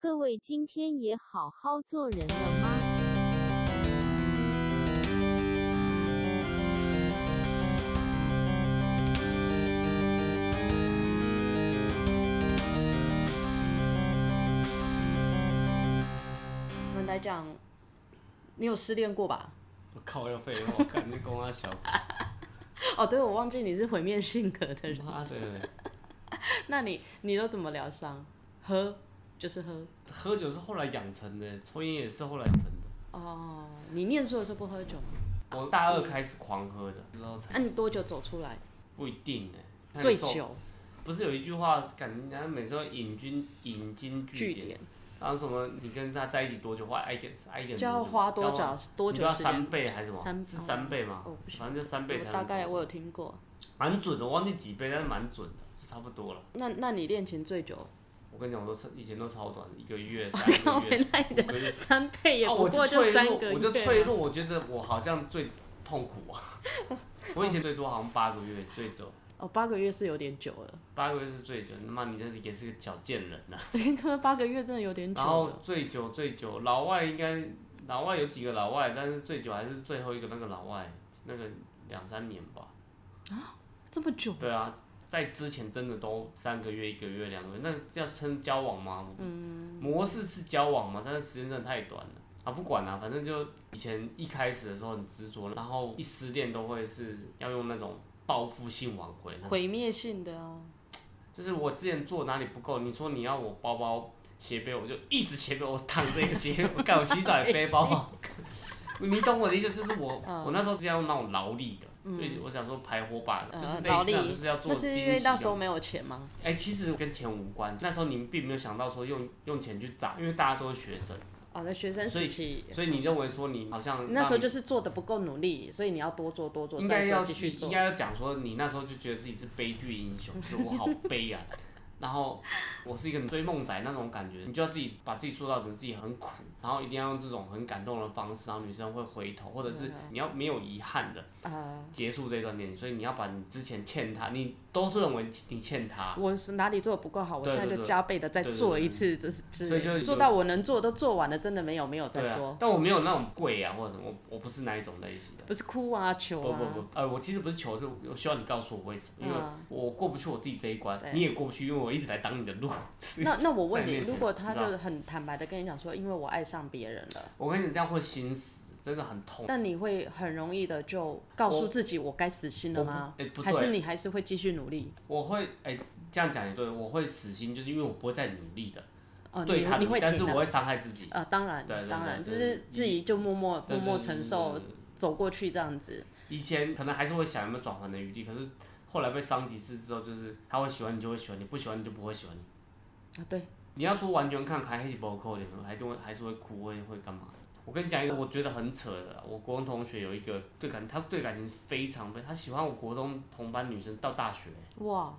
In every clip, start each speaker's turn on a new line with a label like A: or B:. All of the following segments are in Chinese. A: 各位今天也好好做人了吗？
B: 我们来讲，你有失恋过吧？
C: 我靠，要废话，赶紧公阿啊小，
B: 哦，对，我忘记你是毁灭性格的人。
C: 妈的，
B: 那你你都怎么疗伤？喝就是喝
C: 喝酒是后来养成的，抽烟也是后来养成的。
B: 哦。你念书的时候不喝酒吗？啊
C: 我大二开始狂喝的，之后才
B: 那、你多久走出来？
C: 不一定欸呢、看
B: 醉
C: 瘦
B: 酒
C: 不是有一句话，感觉人家每次都引经引经据
B: 据
C: 典，
B: 点
C: 然后什么你跟他在一起多久，花一点爱一点
B: 就要花多
C: 久
B: 久啊多
C: 你
B: 久
C: 都要
B: 时间
C: 三？倍还是什么？
B: 三
C: 是三倍吗？
B: 哦不是
C: 反正就三倍才
B: 我
C: 能
B: 大概
C: 走
B: 我有听过。
C: 蛮准的，我忘记几倍，但是蛮准的，是差不多了。
B: 那那你恋情醉酒，
C: 我跟你讲，我都超以前都超短，一个 月、三个
B: 回
C: 月、
B: 来
C: 五
B: 的
C: 个月，
B: 三倍也
C: 啊，
B: 哦不
C: 我
B: 过
C: 就脆
B: 三
C: 弱
B: 个月、啊
C: 我就脆弱，我觉得我好像最痛苦啊。我以前最多好像八个月最久，
B: 哦，八个月是有点久了，
C: 八个月是最久。他妈，你真是也是个矫健人呐、
B: 他妈八个月真的有点久
C: 然后
B: 了。
C: 最久最久，老外应该老外有几个老外，但是最久还是最后一个那个老外，那个两三年吧。
B: 这么久，
C: 对啊，在之前真的都三个月、一个月、两个月，那要称交往吗？嗯，模式是交往嘛，但是时间真的太短了。啊，不管了、反正就以前一开始的时候很执着，然后一失恋都会是要用那种报复性挽回那种。
B: 毁灭性的啊！
C: 就是我之前做哪里不够，你说你要我包包斜背，我就一直斜背，我躺着也斜 背，我干我洗澡也背包。你懂我的意思，就是我、
B: 嗯
C: 我那时候是要用那种劳力的，对，我想说排火把，就是
B: 呃，
C: 类
B: 劳
C: 似
B: 力
C: 那种就是要做
B: 那是
C: 精
B: 因为
C: 细
B: 那
C: 的
B: 时候没有钱吗？
C: 哎、其实跟钱无关。那时候你们并没有想到说用用钱去砸，因为大家都是学生，
B: 啊，那学生时期，
C: 所以你认为说你好像
B: 那时候
C: 让你
B: 就是做的不够努力，所以你要多做多做，
C: 应该
B: 再做
C: 要
B: 继
C: 去
B: 续做
C: 应。该要讲说你那时候就觉得自己是悲剧英雄，就是我好悲啊。 然后我是一个追梦仔那种感觉，你就要自己把自己塑造成自己很苦，然后一定要用这种很感动的方式，然后女生会回头，或者是你要没有遗憾的
B: 啊，
C: 结束这段恋情，所以你要把你之前欠她，你都是认为你欠她，
B: 我是哪里做的不够好，我
C: 对
B: 现在
C: 对
B: 就
C: 对
B: 加倍的再
C: 对对
B: 做
C: 对
B: 一次，这是之
C: 所以
B: 类
C: 就
B: 的
C: 有
B: 做到我能做的都做完了，真的没有没有再
C: 对啊
B: 说，，
C: 但我没有那种跪啊，或者我我不是那一种类型的。
B: 不是哭啊
C: 不
B: 求
C: 不
B: 啊，
C: 不，呃，我其实不是求，是我需要你告诉我为什么，因为
B: 嗯
C: 我过不去我自己这一关
B: 对，
C: 你也过不去，因为我一直在挡你的 路。
B: 那那我问
C: 在
B: 你，
C: 面前
B: 如果他
C: 你知道
B: 就很坦白的跟你讲说，因为我爱上别人了，
C: 我跟你这样会心死，真的很痛。
B: 那你会很容易的就告诉
C: 哦我
B: 自己我该死心了吗
C: 我不哎不？
B: 还是
C: 对
B: 你还是会继续努力？
C: 我会，哎、这样讲也对，我会死心，就是因为我不会再努力的，
B: 哦，
C: 对
B: 你
C: 他
B: 你
C: 努
B: 会
C: 力但是
B: 停
C: 我
B: 的。
C: 会伤害自己。
B: 啊，当然，
C: 对对对
B: 当然，就
C: 就是是
B: 自己就默默
C: 对
B: 默默
C: 对对
B: 承
C: 对
B: 受
C: 对对
B: 走过去这样子。
C: 以前可能还是会想有没有转换的余地，可是后来被伤几次之后，就是他会喜欢你就会喜欢你，不喜欢你就不会喜欢你。
B: 啊，对，
C: 你要说完全看开黑起包扣脸，还都会还是会哭，会会干嘛？我跟你讲一个我觉得很扯的啦，我国中同学有一个对感，他对感情非常非，他喜欢我国中同班女生到大学，
B: 哇，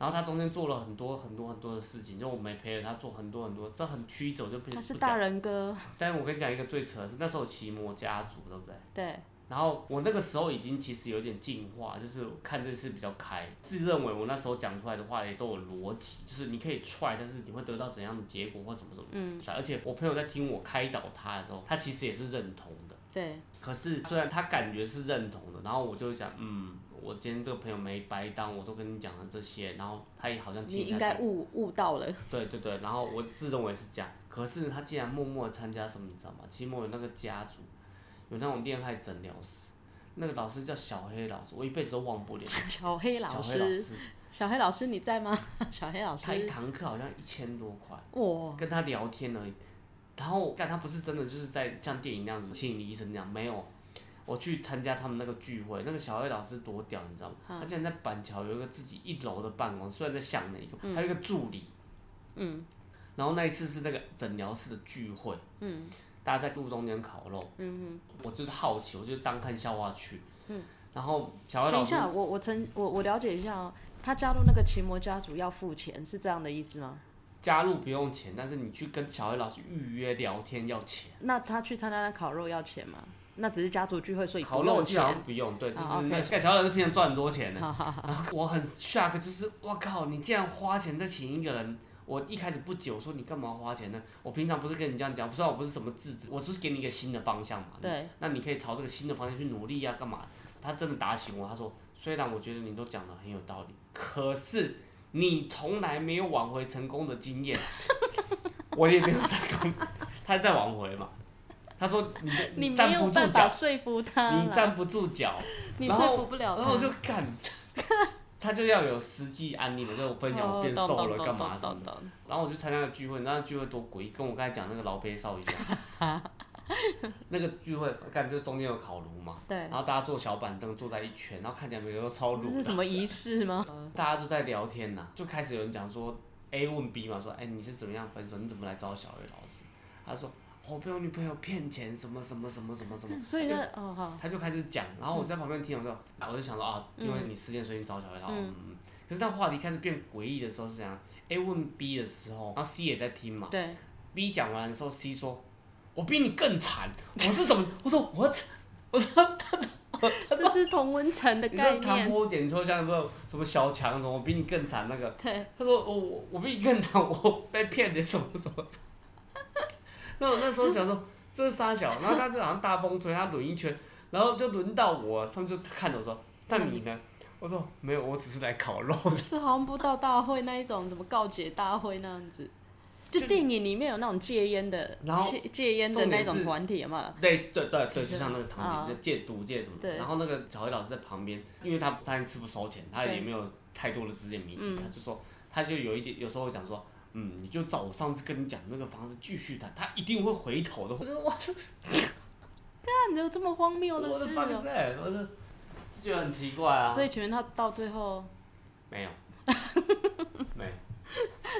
C: 然后他中间做了很多很多很多的事情，就我没陪着他做很多很多，这很曲折就不
B: 他是
C: 不
B: 大
C: 讲。
B: 人哥，
C: 但我跟你讲一个最扯的是，那时候骑摩家族，对不对？
B: 对，
C: 然后我那个时候已经其实有点进化，就是看这事比较开，自认为我那时候讲出来的话也都有逻辑，就是你可以踹，但是你会得到怎样的结果或什么什么。嗯。而且我朋友在听我开导他的时候，他其实也是认同的。
B: 对，
C: 可是虽然他感觉是认同的，然后我就想，嗯，我今天这个朋友没白当，我都跟你讲了这些，然后他也好像
B: 你
C: 听
B: 应
C: 下去
B: 该悟悟到了，
C: 对对对，然后我自认为是这样，可是他竟然默默地参加什么，你知道吗？期末有那个家族，有那种恋爱诊疗师，那个老师叫小黑老师，我一辈子都忘不了。
B: 小黑
C: 小
B: 老
C: 黑老
B: 师，
C: 师，
B: 小黑老师你在吗？ 小黑老
C: 他一
B: 师，
C: 堂课好像一千多块，
B: 哇，
C: 哦跟他聊天而已。然后干他不是真的就是在像电影那样子心理医生那样，没有。我去参加他们那个聚会，那个小黑老师多屌，你知道吗？他竟然在板桥有一个自己一楼的办公室，虽然在巷内，还有一个助理。嗯。然后那一次是那个诊疗室的聚会。嗯。大家在路中间烤肉。嗯我就是好奇，我就当看笑话去。嗯。然后小黑
B: 等
C: 老
B: 一
C: 师
B: 下，我我曾我我了解一下哦，他加入那个奇摩家族要付钱，是这样的意思吗？
C: 加入不用钱，但是你去跟小黑老师预约聊天要钱。
B: 那他去参加那烤肉要钱吗？那只是家族聚会，所以
C: 烤
B: 不
C: 肉
B: 用
C: 基本
B: 钱
C: 上。不用，对，就是
B: 啊
C: 那盖小老师平 常赚很多钱的。然后我很 shock，就是我靠，你竟然花钱在请一个人，我一开始不解，我说你干嘛花钱呢？我平常不是跟你这样讲，虽然我不是什么制止，我就是给你一个新的方向嘛。
B: 对，
C: 那你可以朝这个新的方向去努力啊呀、干嘛？他真的打醒我，他说：“虽然我觉得你都讲的很有道理，可是你从来没有挽回成功的经验， 我也没有成功。”他在挽回嘛？他说你：“
B: 你
C: 站
B: 没
C: 不
B: 有
C: 住
B: 办
C: 脚
B: 法，说服他啦，
C: 你站不住脚。”
B: 你
C: 然
B: 说
C: 后
B: 服不了
C: 然后我
B: 他。
C: 就干，他就要有实际案例嘛，就是我分享我变
B: 哦
C: 瘦
B: 懂
C: 了
B: 懂
C: 干嘛
B: 懂
C: 什么
B: 懂
C: 的。
B: 懂
C: 然后我去参加了聚会，你知道那聚会多诡异，跟我刚才讲那个老杯少一样。那个聚会，感觉中间有烤炉嘛，
B: 对
C: 然，后大家坐小板凳坐在一圈，然后看起来每个都超
B: 这
C: 卤
B: 是
C: 的，
B: 什么仪式 吗？
C: 大家都在聊天呐、就开始有人讲说 A 问 B 嘛，说哎你是怎么样分手，你怎么来找小月老师？他说我被我女朋友骗钱，什么什么什么什么什么，
B: 所以呢，哦好，
C: 他就开始讲，然后
B: 嗯
C: 我在旁边听，我就、啊，我就想说啊，因为你失恋，所以你找小黑，然后嗯嗯，可是当话题开始变诡异的时候是怎样？A 问 B 的时候，然后 C 也在听嘛
B: 对，
C: ，B 讲完的时候，C 说：“我比你更惨，我是怎么？” 我说我我说他说我他
B: 这
C: 说
B: 是同温层的
C: 你
B: 概
C: 说唐
B: 念。
C: 波点说像那种什么小强什么，我比你更惨那个，
B: 对，
C: 他说我我我比你更惨，我 被骗的什么什么什么。 那我那时候想说这是沙小，然后他就好像大风吹，他轮一圈，然后就轮到我，他们就看着我说：“那你呢？”我说：“没有，我只是来烤肉 的。
B: 这好像不到大会那一种，什么告解大会那样子。就电影里面有那种戒烟的
C: 然，后
B: 戒戒烟的
C: 重点
B: 那种
C: 是
B: 团体嘛，”
C: 类似对对对，就像那个场
B: 啊
C: 景，就戒毒戒什么的。
B: 对
C: 然后那个小黑老师在旁边，因为他他也吃不收钱，他也
B: 对
C: 没有太多的指点迷
B: 嗯
C: 津，他就说他就有一点有时候会讲说。嗯，你就照我上次跟你讲那个方式继续谈，他一定会回头的。我说哇，
B: 那有这么荒谬
C: 我
B: 的
C: 的
B: 事
C: 房
B: 哦、
C: 子欸，我说这就很奇怪啊。
B: 所以请问他到最后，
C: 没有，没有。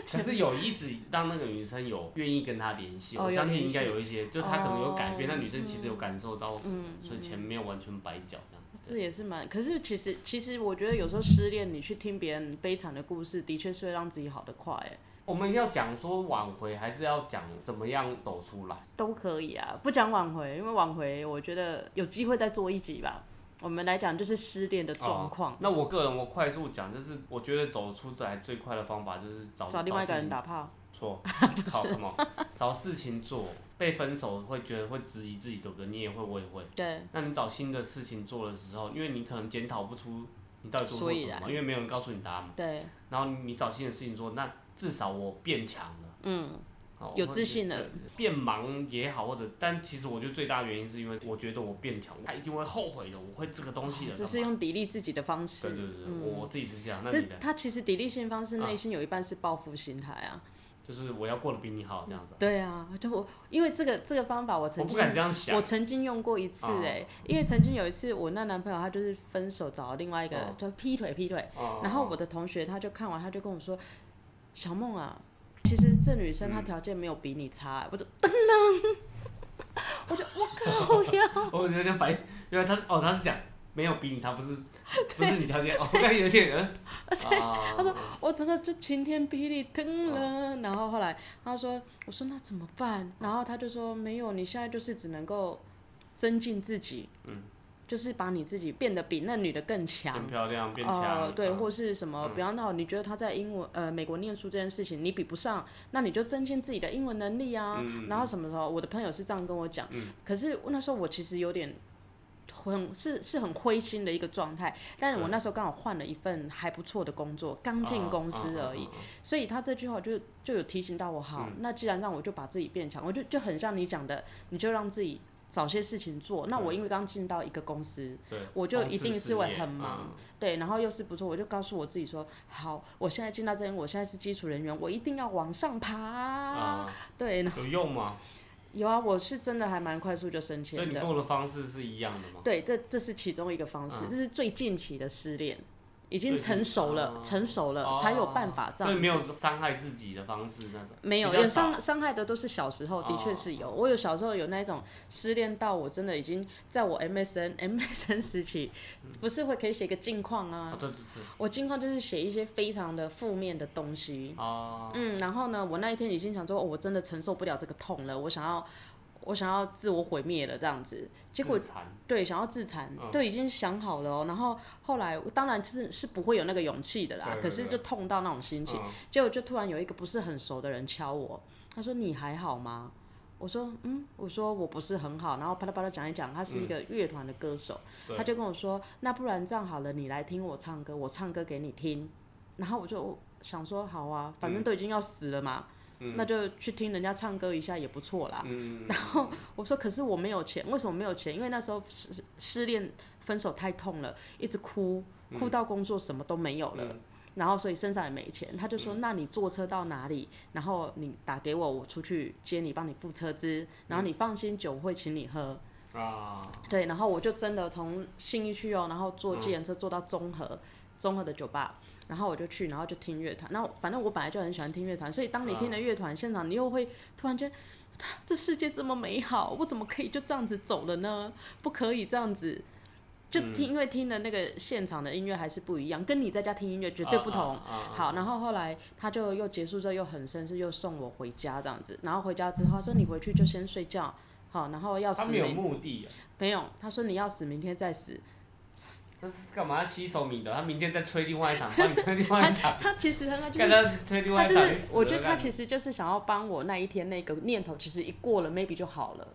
C: 可是有一直让那个女生有愿意跟他联系，
B: 哦
C: 我相信
B: 有联
C: 应
B: 系
C: 该有一些，就他可能有改变，
B: 哦
C: 那女生其实有感受到，
B: 嗯，
C: 所以钱没有完全白缴这样。
B: 这也是蛮……可是其实其实我觉得有时候失恋，你去听别人悲惨的故事，的确是会让自己好得快、欸，
C: 我们要讲说挽回，还是要讲怎么样走出来？
B: 都可以啊。不讲挽回，因为挽回我觉得有机会再做一集吧。我们来讲就是失恋的状况
C: 哦，那我个人我快速讲，就是我觉得走出来最快的方法就是找
B: 找另外一个
C: 事
B: 人
C: 情
B: 打炮。
C: 错，靠什么？找事情做，被分手会觉得会质疑自己，对不对？你也会，我也会。
B: 对，
C: 那你找新的事情做的时候，因为你可能检讨不出你到底做错
B: 所以
C: 什么嘛，
B: 然
C: 因为没有人告诉你答案嘛。
B: 对，
C: 然后你找新的事情做，那至少我变强了，
B: 嗯，
C: 哦
B: 有
C: 我会
B: 自信了
C: 对变忙也好，或者但其实我觉得最大的原因是因为我觉得我变强，他一定会后悔的，我会这个东西的。
B: 只啊是
C: 干嘛
B: 用砥砺自己的方式。
C: 对对对，对我我自己是这样。那
B: 可
C: 你
B: 是
C: 呢？
B: 他其实砥砺性方式
C: 啊
B: 内心有一半是报复心态啊。
C: 就是我要过得比你好这样子啊，
B: 对啊，就我因为这个这个方法，我
C: 我
B: 曾
C: 不
B: 经
C: 敢这样
B: 嗯
C: 想
B: 我。曾经用过一次
C: 哦
B: 哎、因为曾经有一次我那男朋友他就是分手找了另外一个，
C: 哦
B: 就劈腿劈腿，
C: 哦
B: 然后我的同学他就看完他就跟我说，小梦啊，其实这女生
C: 嗯
B: 她条件没有比你差、欸我就噔噔，我就我靠呀，
C: 我有点白，因为他哦，他是讲没有比你差，不是不是你条件哦，我刚有点嗯，而且 他说
B: 啊我整个就晴天霹雳疼
C: 哦
B: 了。然后后来他说，我说那怎么办？然后他就说没有，你现在就是只能够增进自己，
C: 嗯
B: 就是把你自己变得比那女的更强
C: 变。漂亮变
B: 呃
C: 强，，
B: 对，
C: 嗯
B: 或是什么，比方闹，你觉得他在英文呃美国念书这件事情你比不上，那你就增进自己的英文能力啊。
C: 嗯
B: 然后什么时候，我的朋友是这样跟我讲，可是那时候我其实有点很是是很灰心的一个状态，但是我
C: 对
B: 那时候刚好换了一份还不错的工作，刚进
C: 啊
B: 公司
C: 啊啊嗯
B: 而已，
C: 啊
B: 所以他这句话就就有提醒到我，好，那既然让我就把自己变强，我就就很像你讲的，你就让自己。找些事情做，那我因为刚进到一个公司，
C: 对，
B: 我就
C: 公
B: 一
C: 司
B: 定
C: 事
B: 是会
C: 业
B: 很忙，对，然后又是不错，我就告诉我自己说，好，我现在进到这边，我现在是基础人员，我一定要往上爬。
C: 嗯 啊，
B: 对，
C: 有用吗？
B: 有啊，我是真的还蛮快速就升
C: 所以
B: 迁
C: 你
B: 的
C: 跟。我的方式是一样的吗？
B: 对，这这是其中一个方式，
C: 嗯
B: 这是最近期的失恋，已经
C: 最近
B: 成熟了，
C: 哦
B: 成熟了、才有办法这
C: 所以
B: 样子。
C: 没有伤害自己的方式那种，
B: 没有，
C: 比较
B: 有
C: 少哦
B: 伤伤害的都是小时候，的确是有。我有小时候有那一种失恋到我真的已经在我 MSN MSN 时期，
C: 嗯
B: 不是会可以写个近况啊
C: 啊，？对对对，
B: 我近况就是写一些非常的负面的东西，
C: 啊，
B: 嗯，然后呢，我那一天已经想说，哦我真的承受不了这个痛了，我想要，我我想要自我毁灭了这样子，结果
C: 自残
B: 对想要自残，
C: 嗯
B: 对已经想好了哦、然后后来当然是是不会有那个勇气的啦，
C: 对对
B: 可是
C: 对
B: 就痛到那种心情，
C: 嗯
B: 结果就突然有一个不是很熟的人敲我，他说你还好吗？我说嗯，我说我不是很好，然后啪啦啪啦讲一讲，他是一个乐团的歌手，
C: 嗯对
B: 他就跟我说，那不然这样好了，你来听我唱歌，我唱歌给你听。然后我就想说好啊，反
C: 嗯
B: 正都已经要死了嘛，那就去听人家唱歌一下也不错啦。
C: 嗯，
B: 然后我说可是我没有钱，为什么没有钱？因为那时候失失恋分手太痛了，一直哭，哭到工作什么都没有了。
C: 嗯
B: 然后所以身上也没钱，他就说：“那你坐车到哪里？然后你打给我，我出去接你，帮你付车资。然后你放心，酒会请你喝。
C: 啊，
B: 对，然后我就真的从信义区哦，然后坐计程车坐到中和，中和的酒吧，然后我就去，然后就听乐团。那我反正我本来就很喜欢听乐团，所以当你
C: 嗯
B: 听了乐团现场，你又会突然间， 这世界这么美好，我怎么可以就这样子走了呢？不可以这样子。就听，
C: 嗯
B: 因为听的那个现场的音乐还是不一样，跟你在家听音乐绝对不同。
C: 啊啊啊啊
B: 好，然后后来他就又结束之后又很绅士，又送我回家这样子。然后回家之后，他说你回去就先睡觉，好，然后要死
C: 他没有
B: 没
C: 目的啊，
B: 没有，他说你要死，明天再死。
C: 他是干嘛要吸收你的？他明天再吹另外一场，帮你吹另外一场，
B: 他其实 啊他就
C: 看
B: 是
C: 他吹另外
B: 他就
C: 一场。
B: 是，我觉得他
C: 他
B: 其
C: 实
B: 实就是想要帮我那一天那个念头，其实一过了，maybe 就好了。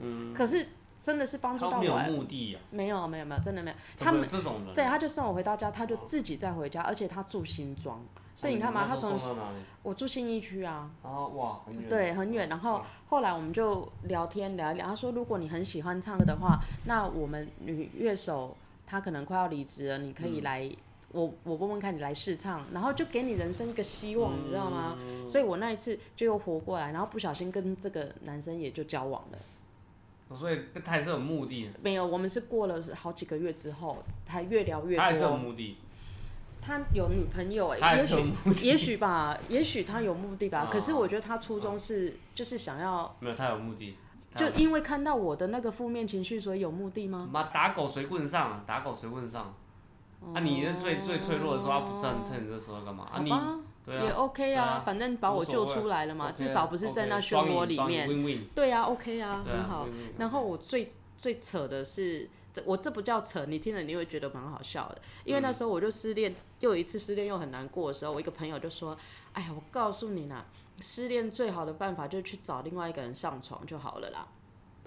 B: 嗯，可是真的是帮助到
C: 他没
B: 我
C: 有
B: 欸，
C: 目的啊，
B: 没有没有没有，真的没有。
C: 怎
B: 他
C: 么有
B: 们
C: 这种人啊？
B: 对，他就送我回到家，他就自己再回家，而且他住新庄，所以哦你看嘛，
C: 那
B: 他
C: 时候
B: 从
C: 送到哪里？
B: 我住信义区啊，
C: 啊哇，很远。
B: 对，很远。然后后来我们就聊天聊一聊，他说如果你很喜欢唱歌的话，那我们女乐手她可能快要离职了，你可
C: 嗯
B: 以来，我我问问看你来试唱，然后就给你人生一个希望，你知道吗？
C: 嗯
B: 所以我那一次就又活过来，然后不小心跟这个男生也就交往了。
C: 嗯，所以他还是有目的的，
B: 没有，我们是过了好几个月之后才越聊越
C: 他还是有
B: 多。
C: 目的，
B: 他有女朋友哎、
C: 他还
B: 也
C: 是有
B: 许
C: 目
B: 也许吧，也许他有目的吧。可是
C: 啊
B: 我觉得他初衷是、就是想要
C: 没有，他有目的。他
B: 就因为看到我的那个负面情绪，所以有目的吗？
C: 妈打狗随棍上啊，打狗随棍上。啊，你是最最脆弱的时候，他不趁趁你这时候干嘛？啊
B: 哦好
C: 你，
B: 吧，
C: 对
B: 也
C: 啊，
B: OK
C: 对
B: 啊
C: 啊，
B: 反正把我救出来了嘛，至少不是在那漩涡里面。
C: ，win win，
B: 对啊，OK 啊，
C: 对
B: 很
C: 啊
B: 好。
C: ，win-win，
B: 然后我最最扯的是，这我这不叫扯，你听了你会觉得蛮好笑的，因为那时候我就失恋，又有一次失恋又很难过的时候，我一个朋友就说：“哎呀，我告诉你啦，失恋最好的办法就是去找另外一个人上床就好了啦。”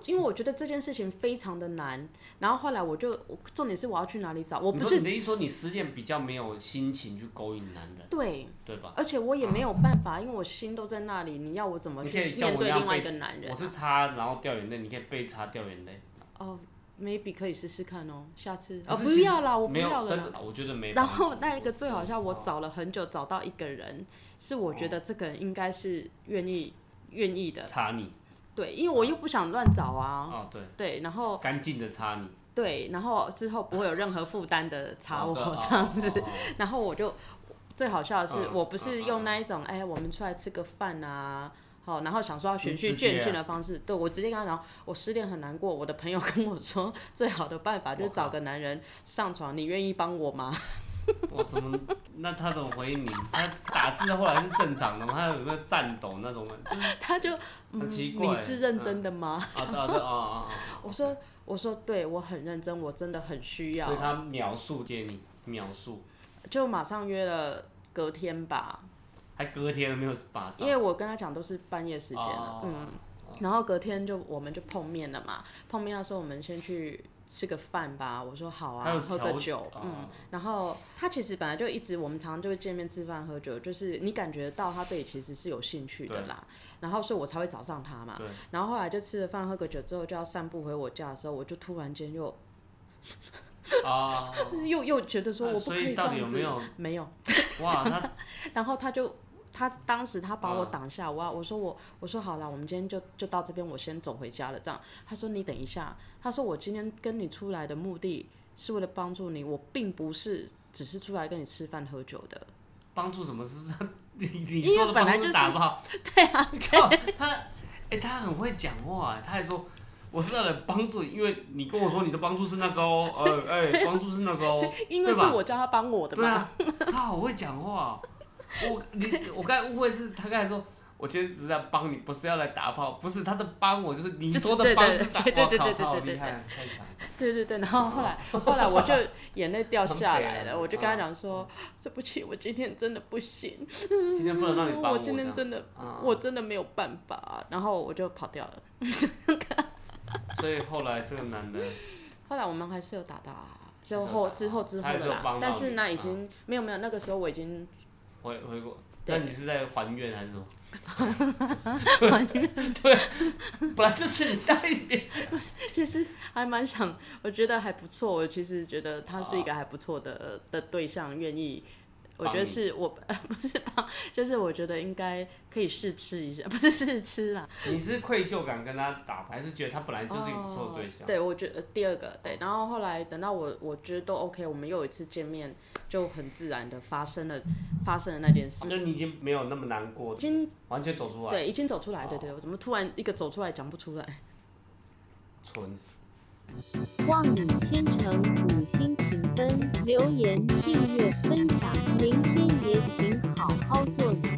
B: 因为我觉得这件事情非常的难，然后后来我就，我重点是我要去哪里找？我
C: 你
B: 不
C: 说
B: 是
C: 你的意思说你失恋比较没有心情去勾引男人，
B: 对，
C: 对吧？
B: 而且我也没有办法，因为我心都在那里，你要我怎么
C: 你
B: 去
C: 可以像
B: 面
C: 我一
B: 对
C: 样
B: 另外一
C: 被
B: 个男人啊
C: 我？是擦，然后掉眼泪，你可以被擦掉眼泪。
B: 哦，maybe 可以试试看哦，下次
C: 可
B: 哦
C: 是
B: 不
C: 其实
B: 要啦，我不
C: 没
B: 要
C: 有
B: 了
C: 真
B: 啦。
C: 的，我觉得没
B: 然
C: 帮助。
B: 后那一个最好笑，我
C: 哦
B: 找了很久，找到一个人，是我觉得这个人应该是愿意愿意的，
C: 擦你
B: 对，因为我又不想乱找啊，
C: 哦，对，
B: 对，然后
C: 干净的擦你，
B: 对，然后之后不会有任何负担的查我
C: 哦对哦
B: 这样子，
C: 哦哦
B: 然后我就最好笑的是，
C: 嗯
B: 我不是
C: 嗯
B: 用
C: 嗯
B: 那一种哎，我们出来吃个饭啊。好，然后想说要循
C: 你
B: 序
C: 直接
B: 渐进
C: 啊
B: 的方式，对我直接跟他讲，我失恋很难过。我的朋友跟我说， 最好的办法就是
C: 我靠
B: 找个男人上床，你愿意帮我吗？
C: 我怎么？那他怎么回应你？他打字后来是正常的吗？他有没有颤抖那种？就是
B: 他就
C: 很奇怪。
B: 嗯你是认真的吗？
C: 啊？对啊对 啊啊啊！
B: 我说，我说，对我很认真，我真的很需
C: 所
B: 要，
C: 以他秒速接你，秒速，
B: 就马上约了隔天吧，
C: 还隔天没有把上
B: 因。为我跟他讲都是半夜时间了，
C: 哦
B: 嗯，然后隔天就我们就碰面了嘛，碰面他说我们先去吃个饭吧，我说好
C: 还有
B: 啊，喝个
C: 调
B: 酒，
C: 哦
B: 嗯，然后他其实本来就一直我们常常就会见面吃饭喝酒，就是你感觉到他对你其实是有兴趣的
C: 对
B: 啦，然后所以我才会找上他嘛，
C: 对，
B: 然后后来就吃了饭喝个酒之后就要散步回我家的时候，我就突然间又
C: 啊，
B: 又又觉得说
C: 啊
B: 我不
C: 所
B: 可以
C: 以
B: 这
C: 到底
B: 样
C: 有
B: 子，
C: 没有？
B: 没有，
C: 哇，他
B: 然后他就他当时他把我挡下，我要我说我我说好了，我们今天就就到这边，我先走回家了。这样，他说你等一下，他说我今天跟你出来的目的是为了帮助你，我并不是只是出来跟你吃饭喝酒的。
C: 帮助什么事？ 你你
B: 因为
C: 说的
B: 本来
C: 帮
B: 就
C: 助
B: 是
C: 打炮，
B: 对啊，
C: 靠他，哎，他很会讲话，他还说。我是要来帮助你，因为你跟我说你的帮助是那个 哦，呃，哎、帮助是那个哦，
B: 因为
C: 对
B: 是
C: 吧
B: 我叫他帮我的
C: 对啊
B: 嘛。
C: 啊，他好会讲话哦、我你我刚才误会是，他刚才说我今天只是在帮你，不是要来打炮，不是他的帮我，就是你
B: 就是
C: 说的帮
B: 对
C: 是
B: 对
C: 打，
B: 对对对
C: 哇
B: 对
C: 靠，好
B: 对对
C: 厉害，太强了。
B: 对对对，然后后来后来我就眼泪掉下来
C: 很北
B: 了，
C: 啊
B: 我就跟他讲说，对不起，我今天真的不行，
C: 今天不能让你帮
B: 哦我嗯
C: 我
B: 今天
C: 这样
B: 真的
C: 啊
B: 我真的没有办法，然后我就跑掉了。
C: 所以后来这个男的，
B: 后来我们还是有打到啊，
C: 还
B: 就是
C: 有
B: 后
C: 打
B: 之后之后
C: 他还是
B: 的
C: 有帮
B: 啦
C: 到，
B: 但是
C: 你
B: 那已
C: 啊
B: 经没有没有，那个时候我已经
C: 回回过，
B: 对
C: 那你是在还愿还是 什么？ 还愿对，啊本来就是你带一点，
B: 其实还蛮想，我觉得还不错。我其实觉得他是一个还不错的、的对象，愿意。我觉
C: 帮
B: 得
C: 你
B: 是我 不是帮，就是我觉得应该可以试吃一下，不 是试吃啦。
C: 你是愧疚感跟他打牌，还是觉得他本来就是一个不错的对
B: 哦
C: 象？
B: 对，我觉得第二个对，然后后来等到我我觉得都 OK，我们又有一次见面，就很自然的发生了发生了那件事，
C: 那你已经没有那么难过
B: 已，经
C: 完全走出来，
B: 对已经走出来，对对，我怎么突然一个走出来讲不出来？
C: 纯。
A: 望你千诚五星评分、留言、订阅、分享，明天也请好好做人。